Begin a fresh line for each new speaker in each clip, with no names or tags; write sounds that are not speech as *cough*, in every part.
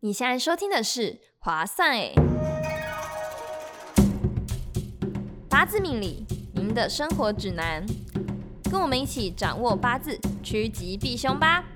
你现在收听的是《划算诶》，八字命理，您的生活指南，跟我们一起掌握八字，趋吉避凶吧。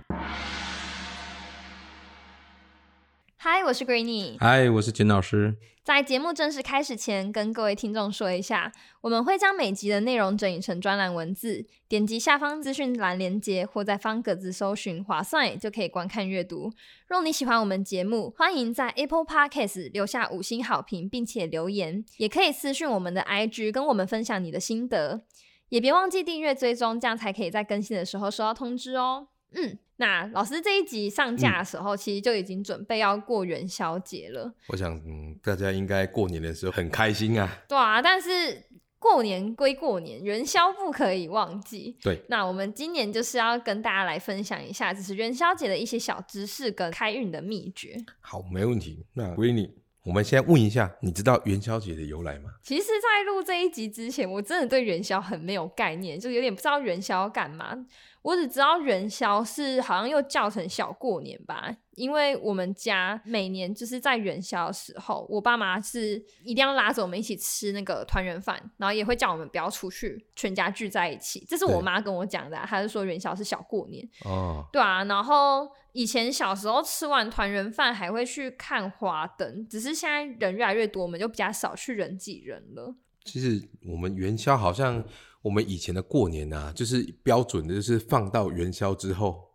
嗨，我是 Greeny。
嗨，我是简老师。
在节目正式开始前，跟各位听众说一下，我们会将每集的内容整理成专栏文字，点击下方资讯栏连接，或在方格子搜寻“划算也”就可以观看阅读。若你喜欢我们节目，欢迎在 Apple Podcast 留下五星好评，并且留言，也可以私讯我们的 IG 跟我们分享你的心得，也别忘记订阅追踪，这样才可以在更新的时候收到通知哦。嗯，那老师这一集上架的时候，其实就已经准备要过元宵节了。
我想，嗯，大家应该过年的时候很开心啊。
对啊，但是过年归过年，元宵不可以忘记。
对，
那我们今年就是要跟大家来分享一下，就是元宵节的一些小知识跟开运的秘诀。
好，没问题。那维尼，我们现在问一下，你知道元宵节的由来吗？
其实，在录这一集之前，我真的对元宵很没有概念，就有点不知道元宵要干嘛。我只知道元宵是好像又叫成小过年吧，因为我们家每年就是在元宵的时候，我爸妈是一定要拉着我们一起吃那个团圆饭，然后也会叫我们不要出去，全家聚在一起。这是我
对
妈跟我讲的啊、她是说元宵是小过年。
哦，
对啊，然后以前小时候吃完团圆饭还会去看花灯，只是现在人越来越多，我们就比较少去人挤人了。
其实我们元宵好像我们以前的过年啊，就是标准的，就是放到元宵之后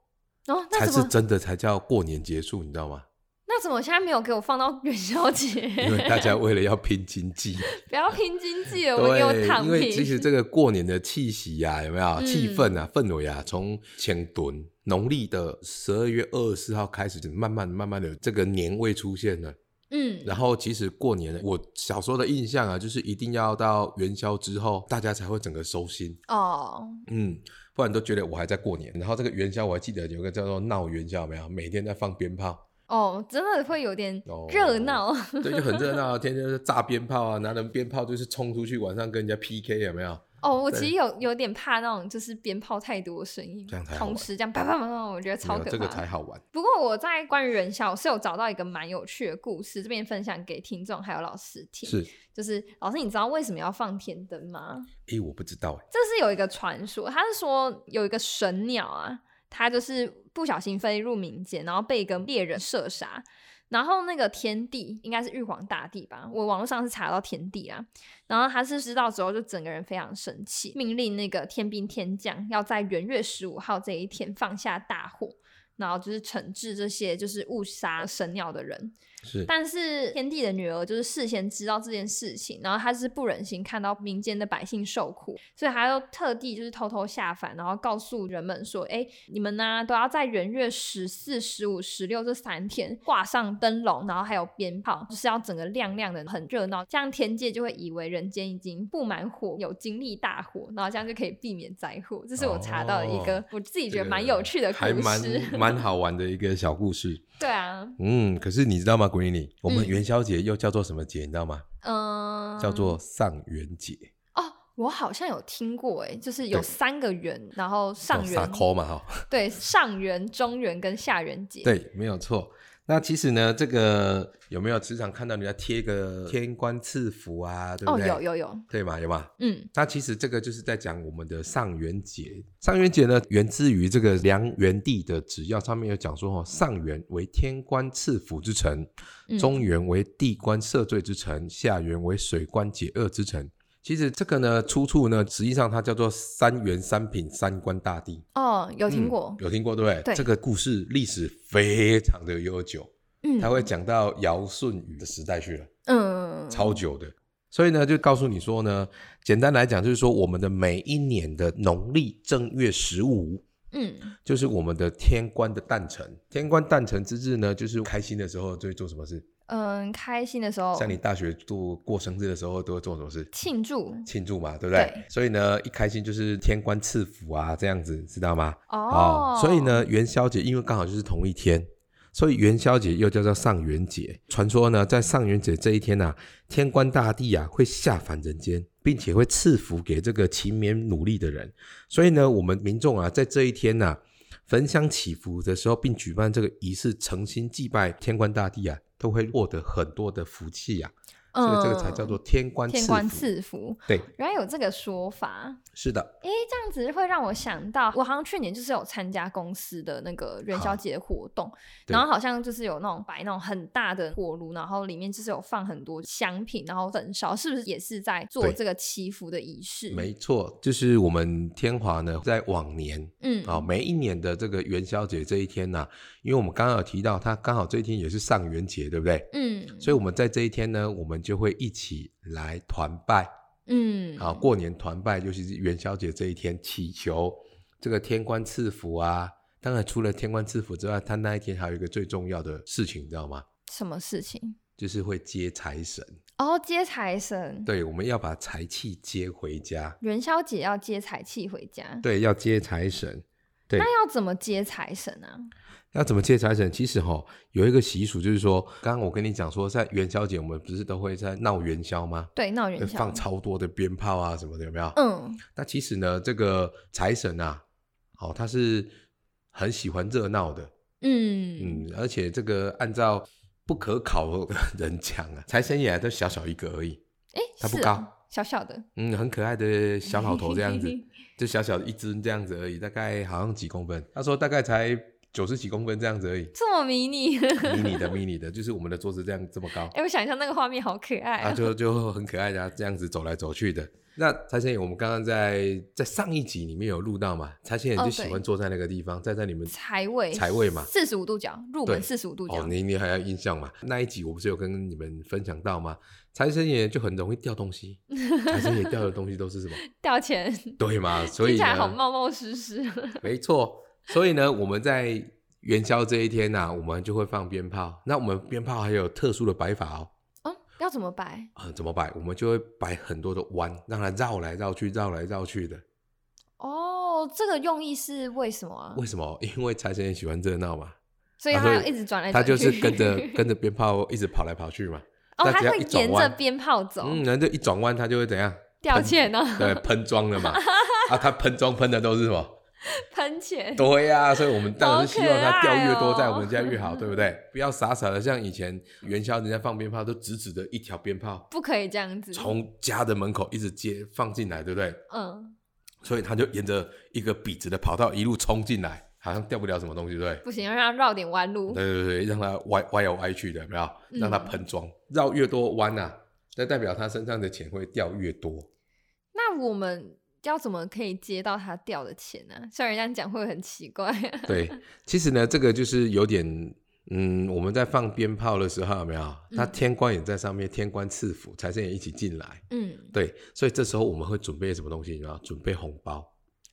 哦，那
才
怎
是
么
真的才叫过年结束，你知道
*laughs*
吗？
那怎么现在没有给我放到元宵
因为
节？
大家为了要拼经济，
*laughs* 不要拼经济了，我给我
对，
躺
因为其实
平。
这个过年的气息呀、有没有、
嗯
气氛啊、氛围啊，从前吨农历的十二月二十四号开始，就慢慢慢慢的这个年味出现了。
嗯，
然后其实过年，我小时候的印象啊，就是一定要到元宵之后，大家才会整个收心，
哦，
嗯，不然都觉得我还在过年。然后这个元宵我还记得有个叫做闹元宵，有没有？每天在放鞭
*laughs*
炮，
哦，真的会有点
哦
热闹。
对，就很热闹，天天就是炸鞭炮啊，拿着鞭炮就是冲出去，晚上跟人家 PK，有没有？
哦，我其
对
实有有点怕那种就是鞭炮太多的声音
这样才，好玩
同时这样啪啪啪啪，我觉得超
没
可
有
怕。
这个才好玩。
不过我在关于元宵，我是有找到一个蛮有趣的故事，这边分享给听众还有老师听。
是，
就是老师，你知道为什么要放天灯吗？
诶，我不知道诶。
这是有一个传说，他是说有一个神鸟啊，它就是不小心飞入民间，然后被一个猎人射杀。然后那个天帝应该是玉皇大帝吧，我网络上是查到天帝啊。然后他是知道之后，就整个人非常生气，命令那个天兵天将要在元月十五号这一天放下大火，然后就是惩治这些就是误杀神鸟的人。
是
但是天帝的女儿就是事先知道这件事情，然后她是不忍心看到民间的百姓受苦，所以她又特地就是偷偷下凡，然后告诉人们说：“哎，你们呢、都要在元月十四、十五、十六这三天挂上灯笼，然后还有鞭炮，就是要整个亮亮的，很热闹，这样天界就会以为人间已经布满火，有经历大火，然后这样就可以避免灾祸。”这是我查到的一个、
哦
我自己觉
这
得
个
蛮有趣的故
还蛮
事。
*laughs* 蛮好玩的一个小故事。
*laughs* 对啊，
嗯，可是你知道吗，鬼妮，我
嗯
们元宵节又叫做什么节？你知道吗？
嗯，
叫做上元节，
哦，我好像有听过，哎，就是有
对三
三个圆，然后上
撒
圆，
抠嘛哈。
对，上圆、中圆跟下圆节。，
对，没有错。那其实呢，这个有没有时常看到人家贴一个天官赐福啊？对不
哦，
对？
有有有，
对嘛，有嘛？
嗯，
那其实这个就是在讲我们的上元节。上元节呢，源自于这个梁元帝的旨要上面有讲说，哦，上元为天官赐福之城，
嗯
中原为地官赦罪之城，下原为水官解厄之城。其实这个呢，出处呢，实际上它叫做三元三品三官大帝。
哦，有听过
嗯，有听过对不对？
对
这个故事历史非常的悠久，
嗯，
它会讲到尧舜禹的时代去了，
嗯，
超久的。所以呢，就告诉你说呢，简单来讲就是说，我们的每一年的农历正月十五，
嗯，
就是我们的天官的诞辰。天官诞辰之日呢，就是开心的时候就会做什么事？
嗯，开心的时候
像你大学度过生日的时候都会做什么事？
庆祝
庆祝嘛，对不对？
对
所以呢，一开心就是天官赐福啊，这样子，知道吗？
哦，
所以，呢，元宵节因为刚好就是同一天，所以元宵节又叫做上元节。传说呢，在上元节这一天啊，天官大帝啊会下凡人间，并且会赐福给这个勤勉努力的人。所以呢，我们民众啊，在这一天呢、啊，焚香祈福的时候，并举办这个仪式，诚心祭拜天官大帝啊，都会获得很多的福气啊。
嗯，
所以这个才叫做天官赐
天
福。
官赐福。
对，
原来有这个说法，
是的，
诶，这样子会让我想到，我好像去年就是有参加公司的那个元宵节活动，
对
然后好像就是有那种摆那种很大的火炉，然后里面就是有放很多香品，然后焚烧，是不是也是在做
对
这个祈福的仪式？
没错，就是我们天华呢，在往年
嗯，
啊、每一年的这个元宵节这一天呢、因为我们刚刚有提到，它刚好这一天也是上元节，对不对？
嗯，
所以我们在这一天呢，我们就会一起来团拜
嗯，
啊，过年团拜，尤其是元宵节这一天，祈求这个天官赐福啊。当然，除了天官赐福之外，他那一天还有一个最重要的事情，你知道吗？
什么事情？
就是会接财神。
哦，接财神，
对，我们要把财气接回家。
元宵节要接财气回家，
对，要接财神。对
那要怎么接财神啊？
要怎么接财神？其实哈、有一个习俗，就是说，刚刚我跟你讲说，在元宵节我们不是都会在闹元宵吗？
对，闹
会
元宵，
呃放超多的鞭炮啊什么的，有没有？
嗯
那其实呢，这个财神啊，哦，他是很喜欢热闹的，
嗯，
嗯，而且这个按照不可考的人讲啊，财神爷都小小一个而已，
哎、
他不
是
高
哦小小的，，
嗯，很可爱的小老头这样子，就小小一只这样子而已，大概好像几公分，他说大概才九十几公分这样子而已
*laughs* 这么迷你。
迷你的迷你的，就是我们的桌子这样这么高
*laughs* 哎、，我想象那个画面好可爱、
啊，
啊。
就就很可爱的、啊、这样子走来走去的。那财神爷，我们刚刚在在上一集里面有录到嘛，财神爷
哦
就
对
喜欢坐在那个地方，站在你们
财位，
财位嘛
四十五度角，入门
对
四十五度角。
哦，你你还有印象嘛？那一集我不是有跟你们分享到吗？财神爷就很容易掉
*laughs*
东西，财神爷掉的东西都是什么？
掉钱，听 *laughs*
对嘛？所以
起来好
呢，
冒冒失失。 *laughs*
没错，所以呢，我们在元宵这一天呐、我们就会放鞭炮。那我们鞭炮还有特殊的摆法哦，
哦，要怎么摆？
啊、怎么摆？我们就会摆很多的弯，让它绕来绕去，绕来绕去的。
嗯哦，这个用意是为什么啊？
为什么？因为财神爷喜欢热闹嘛，
所以
啊
他
所以
要一直转来
他
转去，
就是
*laughs*
跟着跟着鞭炮一直跑来跑去嘛。
哦，
那
他
只要
会
一转
沿着
弯
鞭炮走，
嗯，然后就一转弯，他就会怎样？
掉
喷
钱呢、哦
对，喷装了嘛。啊，他喷装喷的都是什么？
喷钱。
对呀、所以我们当然是希望
好可
它掉
爱
越多
哦，
在我们家越好，对不对？不要傻傻的，像以前元宵人家放鞭炮都直直的一条鞭炮
不可以这样子，
从家的门口一直接放进来，对不对？
嗯，
所以他就沿着一个笔直的跑道一路冲进来，好像掉不了什么东西，对不对？
不行，要让它绕点弯路。
对对对，让它歪歪来歪去的，有没有？让它喷装，绕越多弯啊，那代表他身上的钱会掉越多。
那我们要怎么可以接到他掉的钱呢、虽然这样讲会很奇怪。 *laughs*
对，其实呢，这个就是有点，嗯，我们在放鞭炮的时候，有没有？他
嗯
天官也在上面，天官赐福，财神也一起进来。
嗯
对，所以这时候我们会准备什么东西？你知道，准备红包。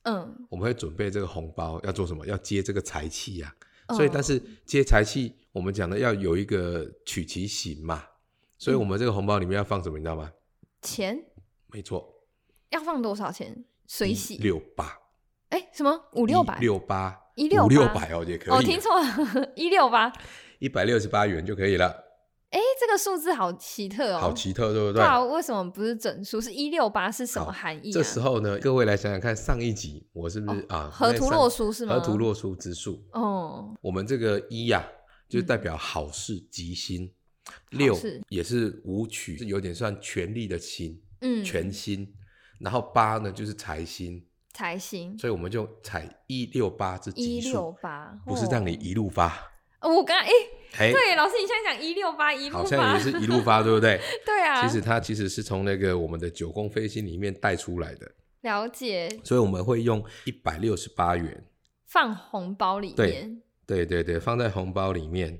嗯，
我们会准备这个红包要做什么？要接这个财气啊呀、所以，但
嗯
是接财气，我们讲的要有一个取其形嘛。所以我们这个红包里面要放什么？你知道吗？
钱
没错，
要放多少钱？水洗？
嗯六八
哎、什么五六百？
六八
168
五六百哦，也可以。
哦，听错了，一六八。
一百六十八元就可以了，
哎，这个数字好奇特哦，
好奇特，对不
对啊，为什么不是整数？是一六八是什么
好
含义、啊？哦
这时候呢，各位来想想看，上一集我是不是、啊？
河图洛书是吗？
河图。洛书之术，
哦，
我们这个一呀、就代表好事吉星，六
嗯事
也是武曲，是有点算权力的心，
嗯，
权心。然后八呢就是财星，
财星
所以我们就采一六八之
一
吉
六
数，
八，
不是让你一路发。
哦。我刚哎，
哎、
对，老师你现在讲一六八一
好
六
像
八
也，是一路发，
*laughs*
对不对？
对啊，
其实它其实是从那个我们的九宫飞星里面带出来的，
了解
所以我们会用一百六十八元。
放红包里
对
面。
对对对，放在红包里面。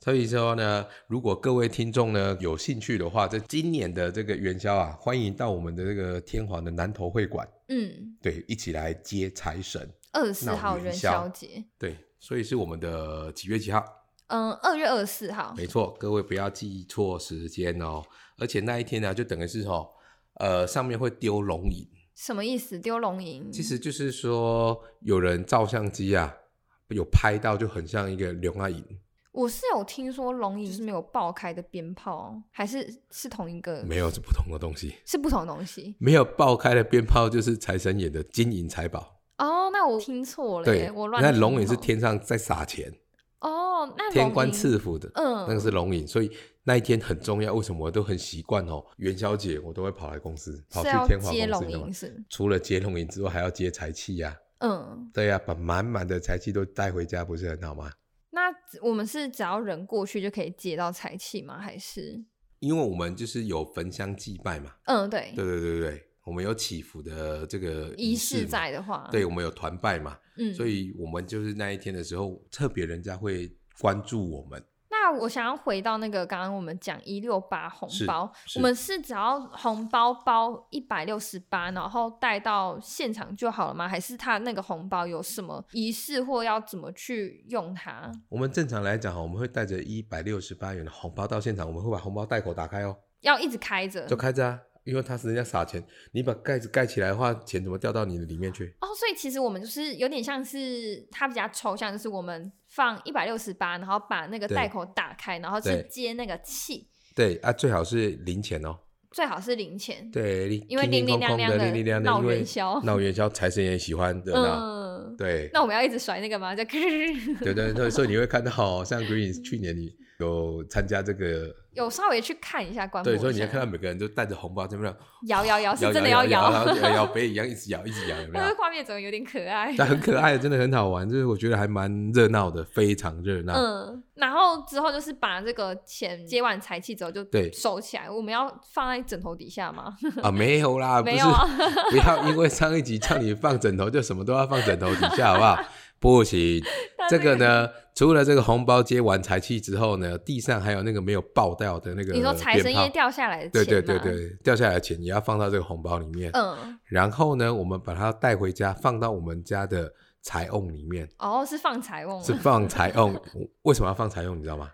所以说呢，如果各位听众呢有兴趣的话，在今年的这个元宵啊，欢迎到我们的这个天皇的南投会馆，
嗯，
对，一起来接财神。
二十四
闹
号
元
元
宵
宵节，
对，所以是我们的几月几号？
嗯，二月二十四号。
没错，各位不要记错时间哦。而且那一天呢、就等于是哦，呃，上面会丢龙椅，
什么意思？丢龙吟？
其实就是说有人照相机啊，有拍到就很像一个龙啊阿影。
我是有听说龙吟是没有爆开的鞭炮，还是是同一个？
没有，是不同的东西。
是不同的东西
没有爆开的鞭炮就是财神爷的金银财宝。
哦。那我听错了
对
耶，我，乱
那
听
龙也是
哦
天上在撒钱，
哦，那
天
龙
官
吟
赐福的，
嗯
那个是龙吟，所以那一天很重要。为什么我都很习惯哦？元宵节我都会跑来公司，跑
是
去
要
天华
接
公
龙
司干嘛
吟？是
除了接龙吟之外，还要接财气啊呀、
嗯，
对呀、啊把满满的财气都带回家，不是很好吗？
那我们是只要人过去就可以接到财气吗？还是
因为我们就是有焚香祭拜嘛，
嗯，对，
对对对对对，我们有祈福的这个
仪
式
式
嘛
在的话，
对，我们有团拜嘛，
嗯，
所以我们就是那一天的时候，特别人家会关注我们，
那我想要回到那个刚刚我们讲一六八红
是
包，
是
我们是只要红包包一百六十八，然后带到现场就好了吗？还是他那个红包有什么仪式或要怎么去用它？
我们正常来讲哈，我们会带着一百六十八元的红包到现场，我们会把红包袋口打开哦，
要一直开着
就开着啊，因为它是人家撒钱，你把盖子盖起来的话，钱怎么掉到你的里面去？
哦，所以其实我们就是有点像是它比较抽象，就是我们放一百六十八，然后把那个
对
袋口打开，然后是
对
接那个气，
对啊，最好是零钱哦，
最好是零钱，
对，
因为
叮
零
空
零
空
亮
的，
亮的
零零亮
闹
亮，因为
元宵
闹元宵，财神爷喜欢的啦，
哦嗯，
对，
那我们要一直甩那个吗？就 *laughs*
对对对，所以你会看到，哦像 Green 去年你有参加这个，
有稍微去看一下观摩一
对，
下，
所以你会看到每个人都带着红包在那
摇摇啊摇是
摇
真的
摇
摇，
摇摇摇杯一样一直摇一直摇，有没
那 *laughs*
有
个？画面怎么有点可爱？
但很可爱，真的很好玩，就是我觉得还蛮热闹的，非常热闹。
嗯，然后之后就是把这个钱接完财气之后就
对
收起来，我们要放在枕头底下吗？ *laughs*
啊，没有啦，不
没
是
有啊，
*laughs* 不要因为上一集叫你放枕头，就什么都要放枕头底下，好不
*laughs*
好？不行，
但
这
啊那
个
个
呢，除了这个红包接完财气之后呢，地上还有那个没有爆掉的那个
你说财神
呃鞭炮
爷掉下来的
对
钱，
对对，对，掉下来的钱也要放到这个红包里面。
嗯，
然后呢，我们把它带回家，放到我们家的财瓮里面，
哦，是放财瓮
是
啊，
放财
*laughs*
瓮。为什么要放财瓮？你知道吗？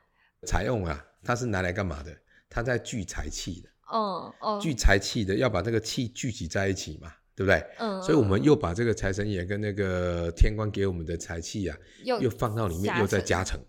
财瓮啊，它是拿来干嘛的？它在聚财气的，
嗯哦，
聚财气的要把这个气聚集在一起嘛，对不对？
嗯，
所以我们又把这个财神爷跟那个天官给我们的财气啊，
又
又放到里面，
加
又再
成
加成。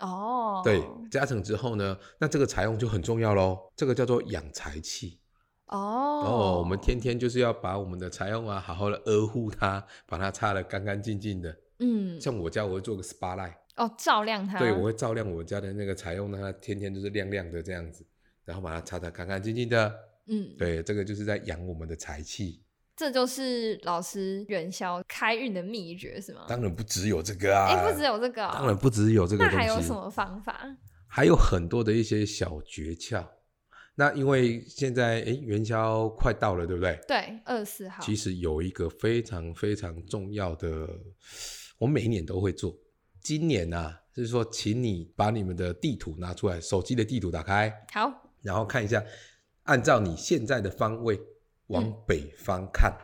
哦，
对，加成之后呢，那这个财瓮就很重要喽，这个叫做养财气。
哦
哦，我们天天就是要把我们的财用啊，好好的呵护它，把它擦得干干净净的。
嗯
像我家，我会做个 SPA light，、
哦照亮它，
对我会照亮我家的那个财用，让它天天就是亮亮的这样子，然后把它擦得干干净净的。
嗯，
对，这个就是在养我们的财气。
这就是老师元宵开运的秘诀是吗？
当然不只有这个啊，
哦哎，不只有这个哦，
当然不只有这个
那
东西，
还有什么方法？
还有很多的一些小诀窍。那因为现在哎元宵快到了，对不对？
对，二十四号。
其实有一个非常非常重要的，我每一年都会做。今年啊，就是说，请你把你们的地图拿出来，手机的地图打开，
好，
然后看一下，按照你现在的方位往北方看。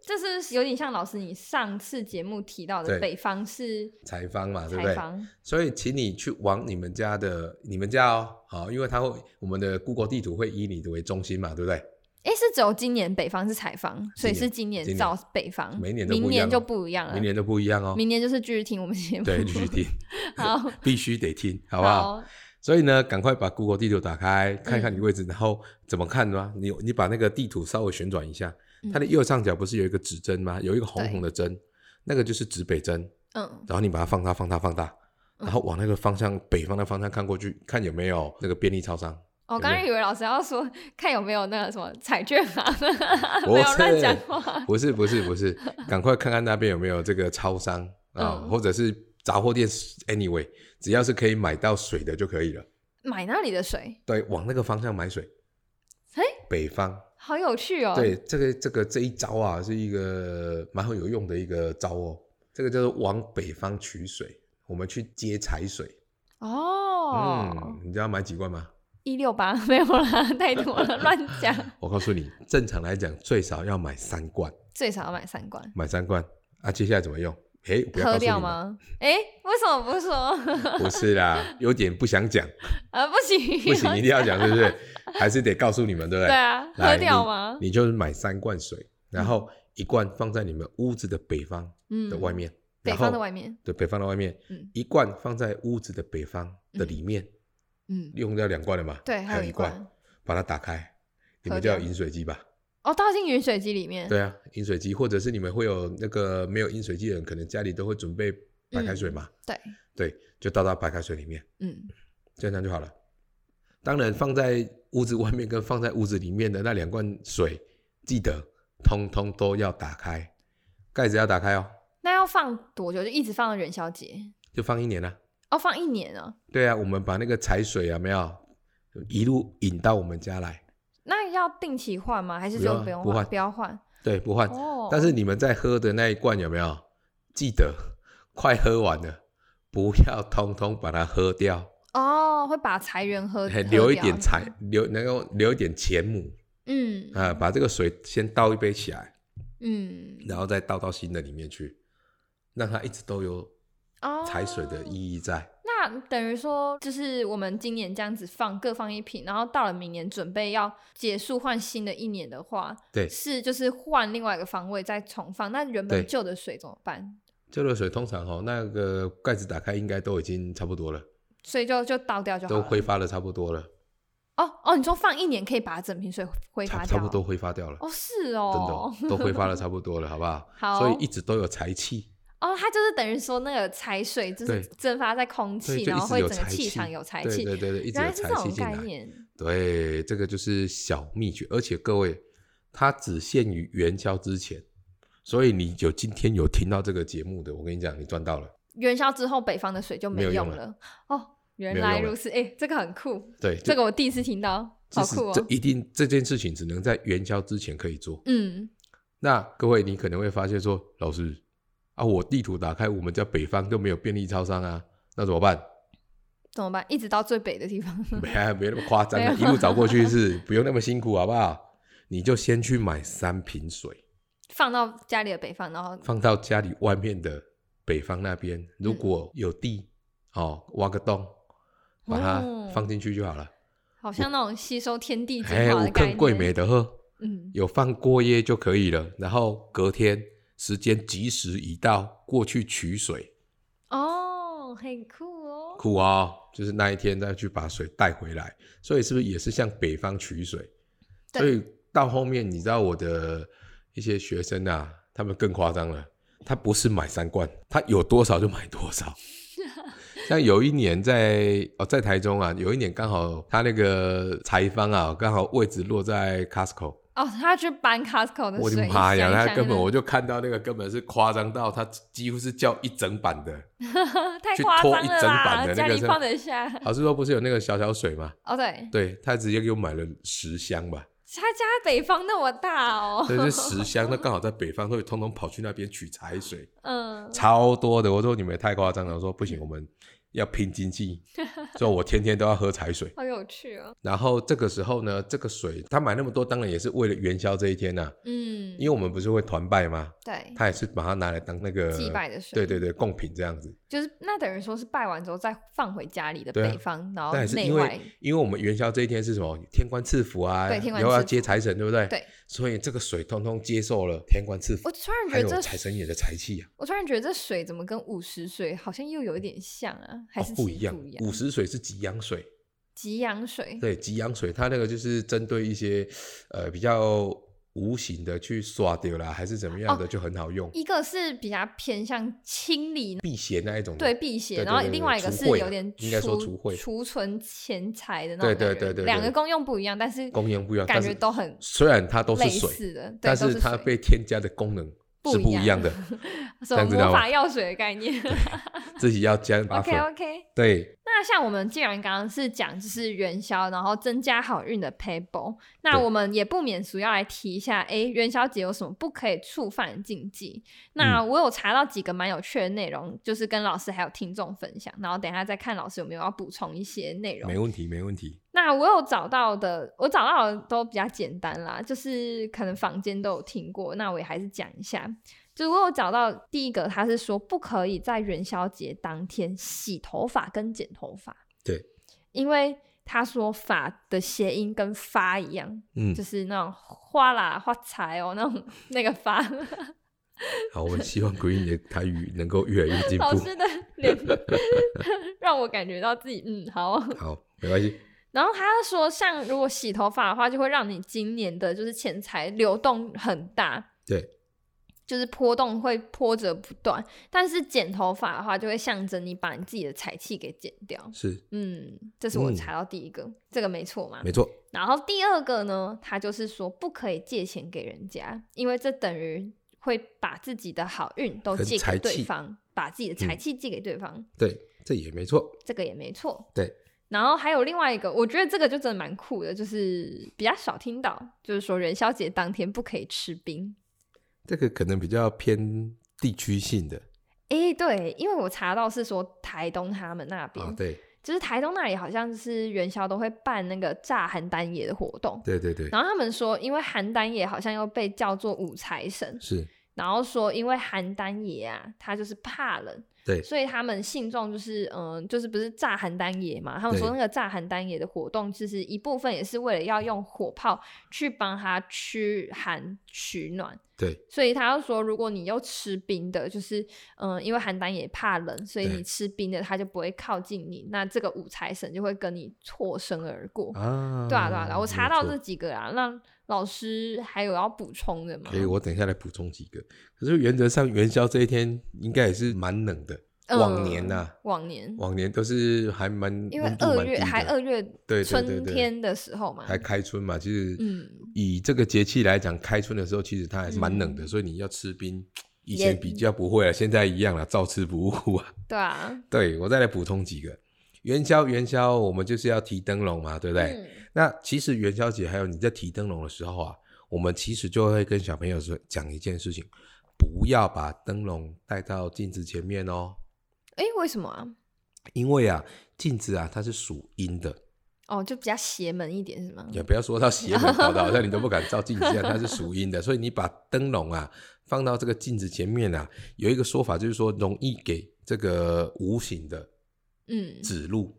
这是有点像老师你上次节目提到的
对
北方是
才方嘛，对
采
不对？
访，
所以，请你去往你们家的你们家哦，好，因为它会我们的 Google 地图会以你为中心嘛，对不对？
哎，是只有今年北方是采访，所以
今年
是今
今
年
年
照北方，
每年都
明
不一
年
样哦
就不一样了，啊
明年都不一样哦。
明年就是继续听我们节目，
对，继续听， *laughs*
好，
必须得听，好
好
不好？？所以呢，赶快把 Google 地图打
嗯
开，看一看你位置，然后怎么看呢？你你把那个地图稍微旋转一下，
嗯
它的右上角不是有一个指针吗？有一个红红的针，那个就是指北针。
嗯，
然后你把它放大、放大、放大，然后往那个方向北方的方向看过去，看有没有那个便利超商。
我
有
刚
没
刚以为老师要说看有没有那个什么彩券啊，
不
*laughs* 没有乱
是
讲话，
不是不是
*laughs*
不是，赶快看看那边有没有这个超商啊，
嗯
或者是杂货店，anyway，只要是可以买到水的就可以了。
买那里的水，
对，往那个方向买水。
嘿
北方。
好有趣哦，
对，这个这个这一招啊，是一个蛮有用的一个招哦。这个叫做往北方取水，我们去接财水。
哦
嗯，，你知道买几罐吗？
一六八 *laughs* 没有啦，太多
*laughs*
了，乱讲，
我告诉你，正常来讲最少要买三罐，
最少要买三罐。
买三罐啊。接下来怎么用？哎，我不要告
喝
诉你
掉
们？
吗？哎、为什么 *laughs* 不说？
不是啦，有点不
*laughs*
想讲，
啊，不行，
不行，一定要讲，是不是？还是得告诉你们，对不
*laughs* 对
对？
啊，
来
喝掉吗？
你？你就是买三罐水，然后一罐放在你们屋子的北方
嗯
的外，面，
北
然
方
后
的外面，
对，北方的外面，
嗯
一罐放在屋子的北方的里面，
嗯，
用掉两罐了嘛？
对，
还
还有
一
一
罐，
罐，
把它打开，你
喝
们家有
掉嗯
饮水机吧？
哦，倒进饮水机里面。
对啊，饮水机，或者是你们会有那个没有饮水机的人，可能家里都会准备白开水嘛，
嗯对，
对，就倒到白开水里面，
嗯，
这样就好了。当然，放在屋子外面跟放在屋子里面的那两罐水，记得通通都要打开，盖子要打开哦，
那要放多久？就一直放到元宵节？
就放一年啊。
哦，放一年啊？
对啊，我们把那个柴水啊，没有一路引到我们家来，
那要定期换吗？还是
不
就
用啊
不用
不换
不要换？
对，不换。
哦，
但是你们在喝的那一罐有没有记得 *laughs* 快喝完了，不要通通把它喝掉，
哦，会把财源喝
嘿
喝
留一
掉
点财，留能够留一点钱母
嗯
啊，把这个水先倒一杯起来，
嗯，
然后再倒到新的里面去，让它一直都有
哦，
采水的意义在。
那等于说，就是我们今年这样子放各放一瓶，然后到了明年准备要结束换新的一年的话，
对
是就是换另外一个方位再重放。那原本
对
旧的水怎么办？
这热水通常哦，那个盖子打开应该都已经差不多了，
所以就就倒掉就好
都
了。
挥发的差不多了，
哦哦，你说放一年可以把整瓶水挥
差
发
差
掉？
不多挥发掉了，
哦，是哦，
真的哦都挥发的差不多了，好不好？
*laughs* 好
所以一直都有财气。
哦，它就是等于说那个财水就是
对
蒸发在空
对，
气，
就
然
一
后
直
会
有
整个
财
气
气
场有财
对
气。
对对对，一直
原
有
来是
财
这
气
种
进
概
来。
念，
对，这个就是小秘诀，而且各位，它只限于元宵之前，所以你有今天有听到这个节目的，我跟你讲，你赚到了。
元宵之后北方的水就没
没有用
了。
了
哦，原
没有
来
用了
如此，哎、这个很酷，
对，
这
个
个我第一次听到，好酷
这
哦。
一定这件事情只能在元宵之前可以做。
嗯，
那各位，你可能会发现说，老师啊，我地图打开，我们家北方都没有便利超商啊，那怎么办？
怎么办？一直到最北的地方。 *laughs*
没啊没那么夸张啊，
嗯没
一
有
路找过去是不用那么辛苦，好不好？你就先去买三瓶水。
放到家里的北方，然后
放到家里外面的北方那
嗯
边，如果有地，哦，挖个洞，把
哦
它放进去就好了。
好像那种吸收天地精
哎、
华
我
的概念。
看桂梅的喝，
嗯，
有放过夜就可以了。然后隔天时间及时一到，过去取水，
哦，很酷哦。
苦啊、就是那一天再去把水带回来。所以是不是也是向北方取水？
对
所以到后面，你知道我的一些学生啊，他们更夸张了。他不是买三罐，他有多少就买多
*laughs*
少。像有一年在哦，在台中啊，有一年刚好他那个裁方啊，刚好位置落在 Costco，
哦，他去搬 Costco 的
我的
水，
妈呀，
一啊箱一箱
他根本
的
我就看到那个根本是夸张到他几乎是叫一整
*laughs*
版的。
太
去
夸
拖
张
一
了
整版
啦，
的
家
那个
里
是
放得下。
老师说不是有那个小小水吗？
哦，对，
对他直接给我买了十箱吧，
他家北方那么大哦。
这是十箱，那刚好在北方，所以通通跑去那边取柴水，
嗯，
*laughs* 超多的。我说你们也太夸张了，我说不行，我们要拼
*laughs*
经济，所以我天天都要喝柴水。
好有趣哦。
然后这个时候呢，这个水他买那么多，当然也是为了元宵这一天呐、
嗯，
因为我们不是会团拜吗？
对，
他也是把它拿来当那个
祭拜的水
对对对，贡品这样子。
就是那等于说是拜完之后再放回家里的
对啊
北方，然后
但也是
哦内
因
外
为，因为我们元宵这一天是什么？天官赐福啊，
对天官
又要
赐福
接财神，对不对？
对。
所以这个水通通接受了天官赐福
我，突然
还
觉得
有
这
财神爷的财气啊，
我突然觉得这水怎么跟五十水好像又有一点像啊？还是
哦
其实
不一样
不一。样
午时水是给养水，
给养水，
对，给养水，它那个就是针对一些呃比较无形的去刷掉啦，还是怎么样的，就很好用，
哦一个是比较偏向清理
辟邪那一种的。
对辟邪，
对对
然后
对对
另外一个
除
是
秽啊
有点
应该说
储
除秽
储存钱财的那种感觉。
对对对对对
两个功用不一样，但是
功用不一样
感
但
觉
是
都很
虽然它都是
类
水，
似的，对
但
都
是
是
它
水
被添加的功能
不
是
一
不
样
一
*laughs*
样的，
什
这
么
样知道
魔
吗
法药水的概念。 *laughs*
自己要加把
OK
粉。
OK。
对，
那像我们既然刚刚是讲就是元宵，然后增加好运的 payable，那
对
我们也不免俗要来提一下，诶，元宵节有什么不可以触犯的禁忌？那我有查到几个蛮有趣的内容，就是跟老师还有听众分享，然后等一下再看老师有没有要补充一些内容
没。问题，没问题。
那我有找到的，我找到的都比较简单啦，就是可能坊间都有听过，那我也还是讲一下。就是我有找到第一个，他是说不可以在元宵节当天洗头发跟剪头发，
对，
因为他说“发”的谐音跟“发”一样，
嗯
就，是那种花啦、花财哦，那种那个发。
好，我们希望 Green 的 *laughs* 台语能够越来越进
老
步。
*laughs* 师的脸让我感觉到自己嗯好。
好，没关系。
然后他说，像如果洗头发的话，就会让你今年的就是钱财流动很大，
对，
就是波动会波折不断。但是剪头发的话，就会象征你把你自己的财气给剪掉。
是
嗯，这是我
嗯
查到第一个，这个没错嘛。
没错，
然后第二个呢，他就是说不可以借钱给人家，因为这等于会把自己的好运都
跟
借
财
给对
气
方，把自己的财
嗯
气借给对方，
对，这也没错，
这个也没错。
对。
然后还有另外一个，我觉得这个就真的蛮酷的，就是比较少听到，就是说元宵节当天不可以吃冰。
这个可能比较偏地区性的
诶，对，因为我查到是说台东他们那边，
啊，对
就是台东那里好像是元宵都会办那个炸邯郸野的活动，
对对对，
然后他们说，因为邯郸野好像又被叫做五财神，
是，
然后说因为邯郸野啊，他就是怕冷，
对
所以他们信众就是嗯、呃就是不是炸邯郸野嘛？他们说那
对
个炸邯郸野的活动，就是一部分也是为了要用火炮去帮他驱寒取暖。
对
所以他又说，如果你又吃冰的，就是嗯、呃因为邯郸也怕冷，所以
对
你吃冰的，他就不会靠近你，那这个五财神就会跟你错身而过。
啊，
对啊，对啊，对啊我查
没
到
错
这几个啊，那老师还有要补充的吗？
可以，我等一下来补充几个。可是原则上元宵这一天应该也是蛮冷的，
嗯
往年呐、
往年，
往年都是还蛮
因为
温度
二
蛮低
月
的，
还二月
对对对
春
对
天的时候嘛，
还开春嘛，其实
嗯
以这个节气来讲，开春的时候其实它还是蛮冷的，
嗯
所以你要吃冰，以
也
前比较不会了，啊现在一样了，照吃不误啊。
对啊，
对我再来补充几个，元宵元宵我们就是要提灯笼嘛，对不对？
嗯
那其实元宵节还有你在提灯笼的时候啊，我们其实就会跟小朋友说讲一件事情，不要把灯笼带到镜子前面哦，
诶，为什么啊？
因为啊，镜子啊它是属阴的，
哦，就比较邪门一点是吗？
也不要说到邪门搞得好像你都不敢照镜子一样，它是属阴的，所以你把灯笼啊放到这个镜子前面啊，有一个说法就是说容易给这个无形的
嗯，
指路、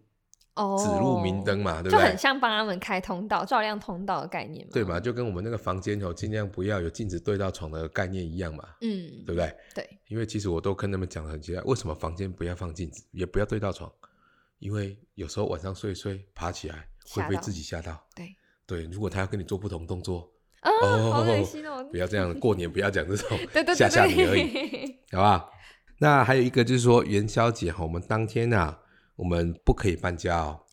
哦，
指路明灯嘛，对
就
不对
哦很？像帮他们开通道、照亮通道的概念嘛，
对嘛，？就跟我们那个房间哦，尽量不要有镜子对到床的概念一样嘛，
嗯，
对不对？
对，
因为其实我都跟他们讲的很奇怪，为什么房间不要放镜子，也不要对到床？因为有时候晚上睡一睡，爬起来会
吓
被
到
自己吓到。
对
对，如果他要跟你做不同动作，
啊，好恶
哦
心哦，
不要这样，过年不要讲这种
*laughs* 对对
吓
对
吓你
*laughs*
而已，
对，
好不好？那还有一个就是说元宵节哈，我们当天啊，我们不可以搬家哦。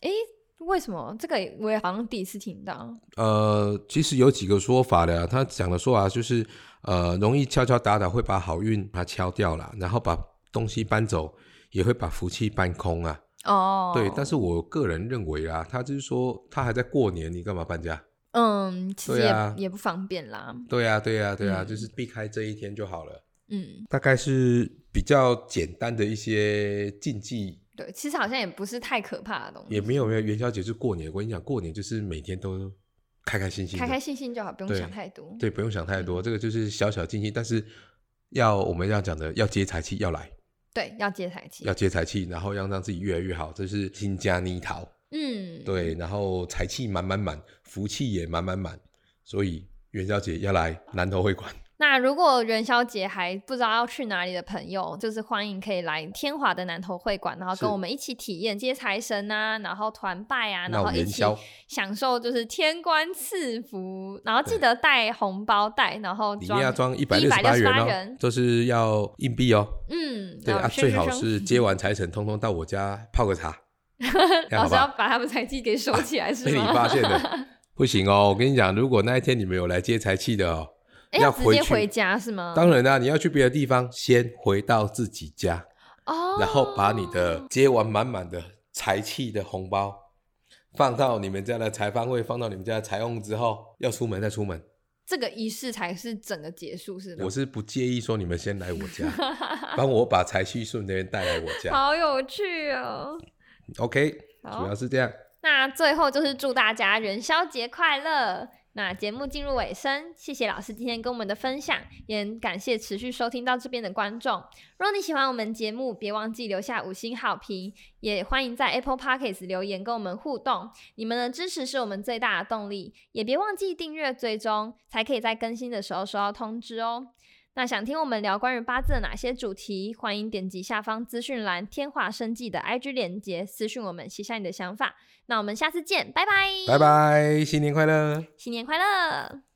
为什么这个我也好像第一次听到？
呃，其实有几个说法的啊，他讲的说法就是，呃，容易敲敲打打会把好运把它敲掉了，然后把东西搬走，也会把福气搬空啊。
哦，
对，但是我个人认为啊，他就是说他还在过年，你干嘛搬家？
嗯，其实
对
也、
啊
也不方便啦。
对呀、对呀、对呀、啊
嗯
就是避开这一天就好了。
嗯，
大概是比较简单的一些禁忌，
对，其实好像也不是太可怕的东
也
西，
没有没有元宵节是过年，我跟你讲，过年就是每天都开开心心的，
开开心心就好，不用
对
想太多。
对，不用想太多，这个就是小小禁忌，但是要我们要讲的要接财气，要来，
对，要接财气
要。接财气，然后要让自己越来越好，这是新家泥桃。
嗯，
对，然后财气满满满，福气也满满满，所以元宵节要来南投会馆。
那如果元宵节还不知道要去哪里的朋友，就是欢迎可以来天华的南投会馆，然后跟
是
我们一起体验接财神啊，然后团拜
*laughs*
啊，
那
然后
我们
一
元
起
宵
享受就是天官赐福，然后记
对
得带红包袋，然后
里面要装一百六十八
168
元
元
哦，这是要硬币哦。
嗯，
对
然后
啊，
宣
最
宣
好
宣
是接完财神，通通到我家泡个茶。这
老
样好
师
不
要
好？
把他们财气给收起来是
*laughs* 被你
吗？
发现了，不行哦！我跟你讲，如果那一天你们有来接财气的哦，
哎，
要
直接
回去
回家是吗？
当然啦、你要去别的地方，先回到自己家，
哦，
然后把你的接完满满的财气的红包放到你们家的财饭会，放到你们家的财瓮之后，要出门再出门。
这个仪式才是整个结束，是吗
我？是不介意说你们先来我
*laughs*
家，帮我把财气顺便带来我家。
好有趣哦！
OK，
好
主要是这样。
那最后就是祝大家元宵节快乐。那节目进入尾声，谢谢老师今天跟我们的分享，也很感谢持续收听到这边的观众。如果你喜欢我们节目，别忘记留下五星好评，也欢迎在 Apple Podcasts 留言跟我们互动。你们的支持是我们最大的动力，也别忘记订阅追踪，才可以在更新的时候收到通知哦。那想听我们聊关于八字的哪些主题？欢迎点击下方资讯栏天华生计的 IG 链接私讯我们，写下你的想法。那我们下次见，拜拜，
拜，拜，新年快乐！
新年快乐！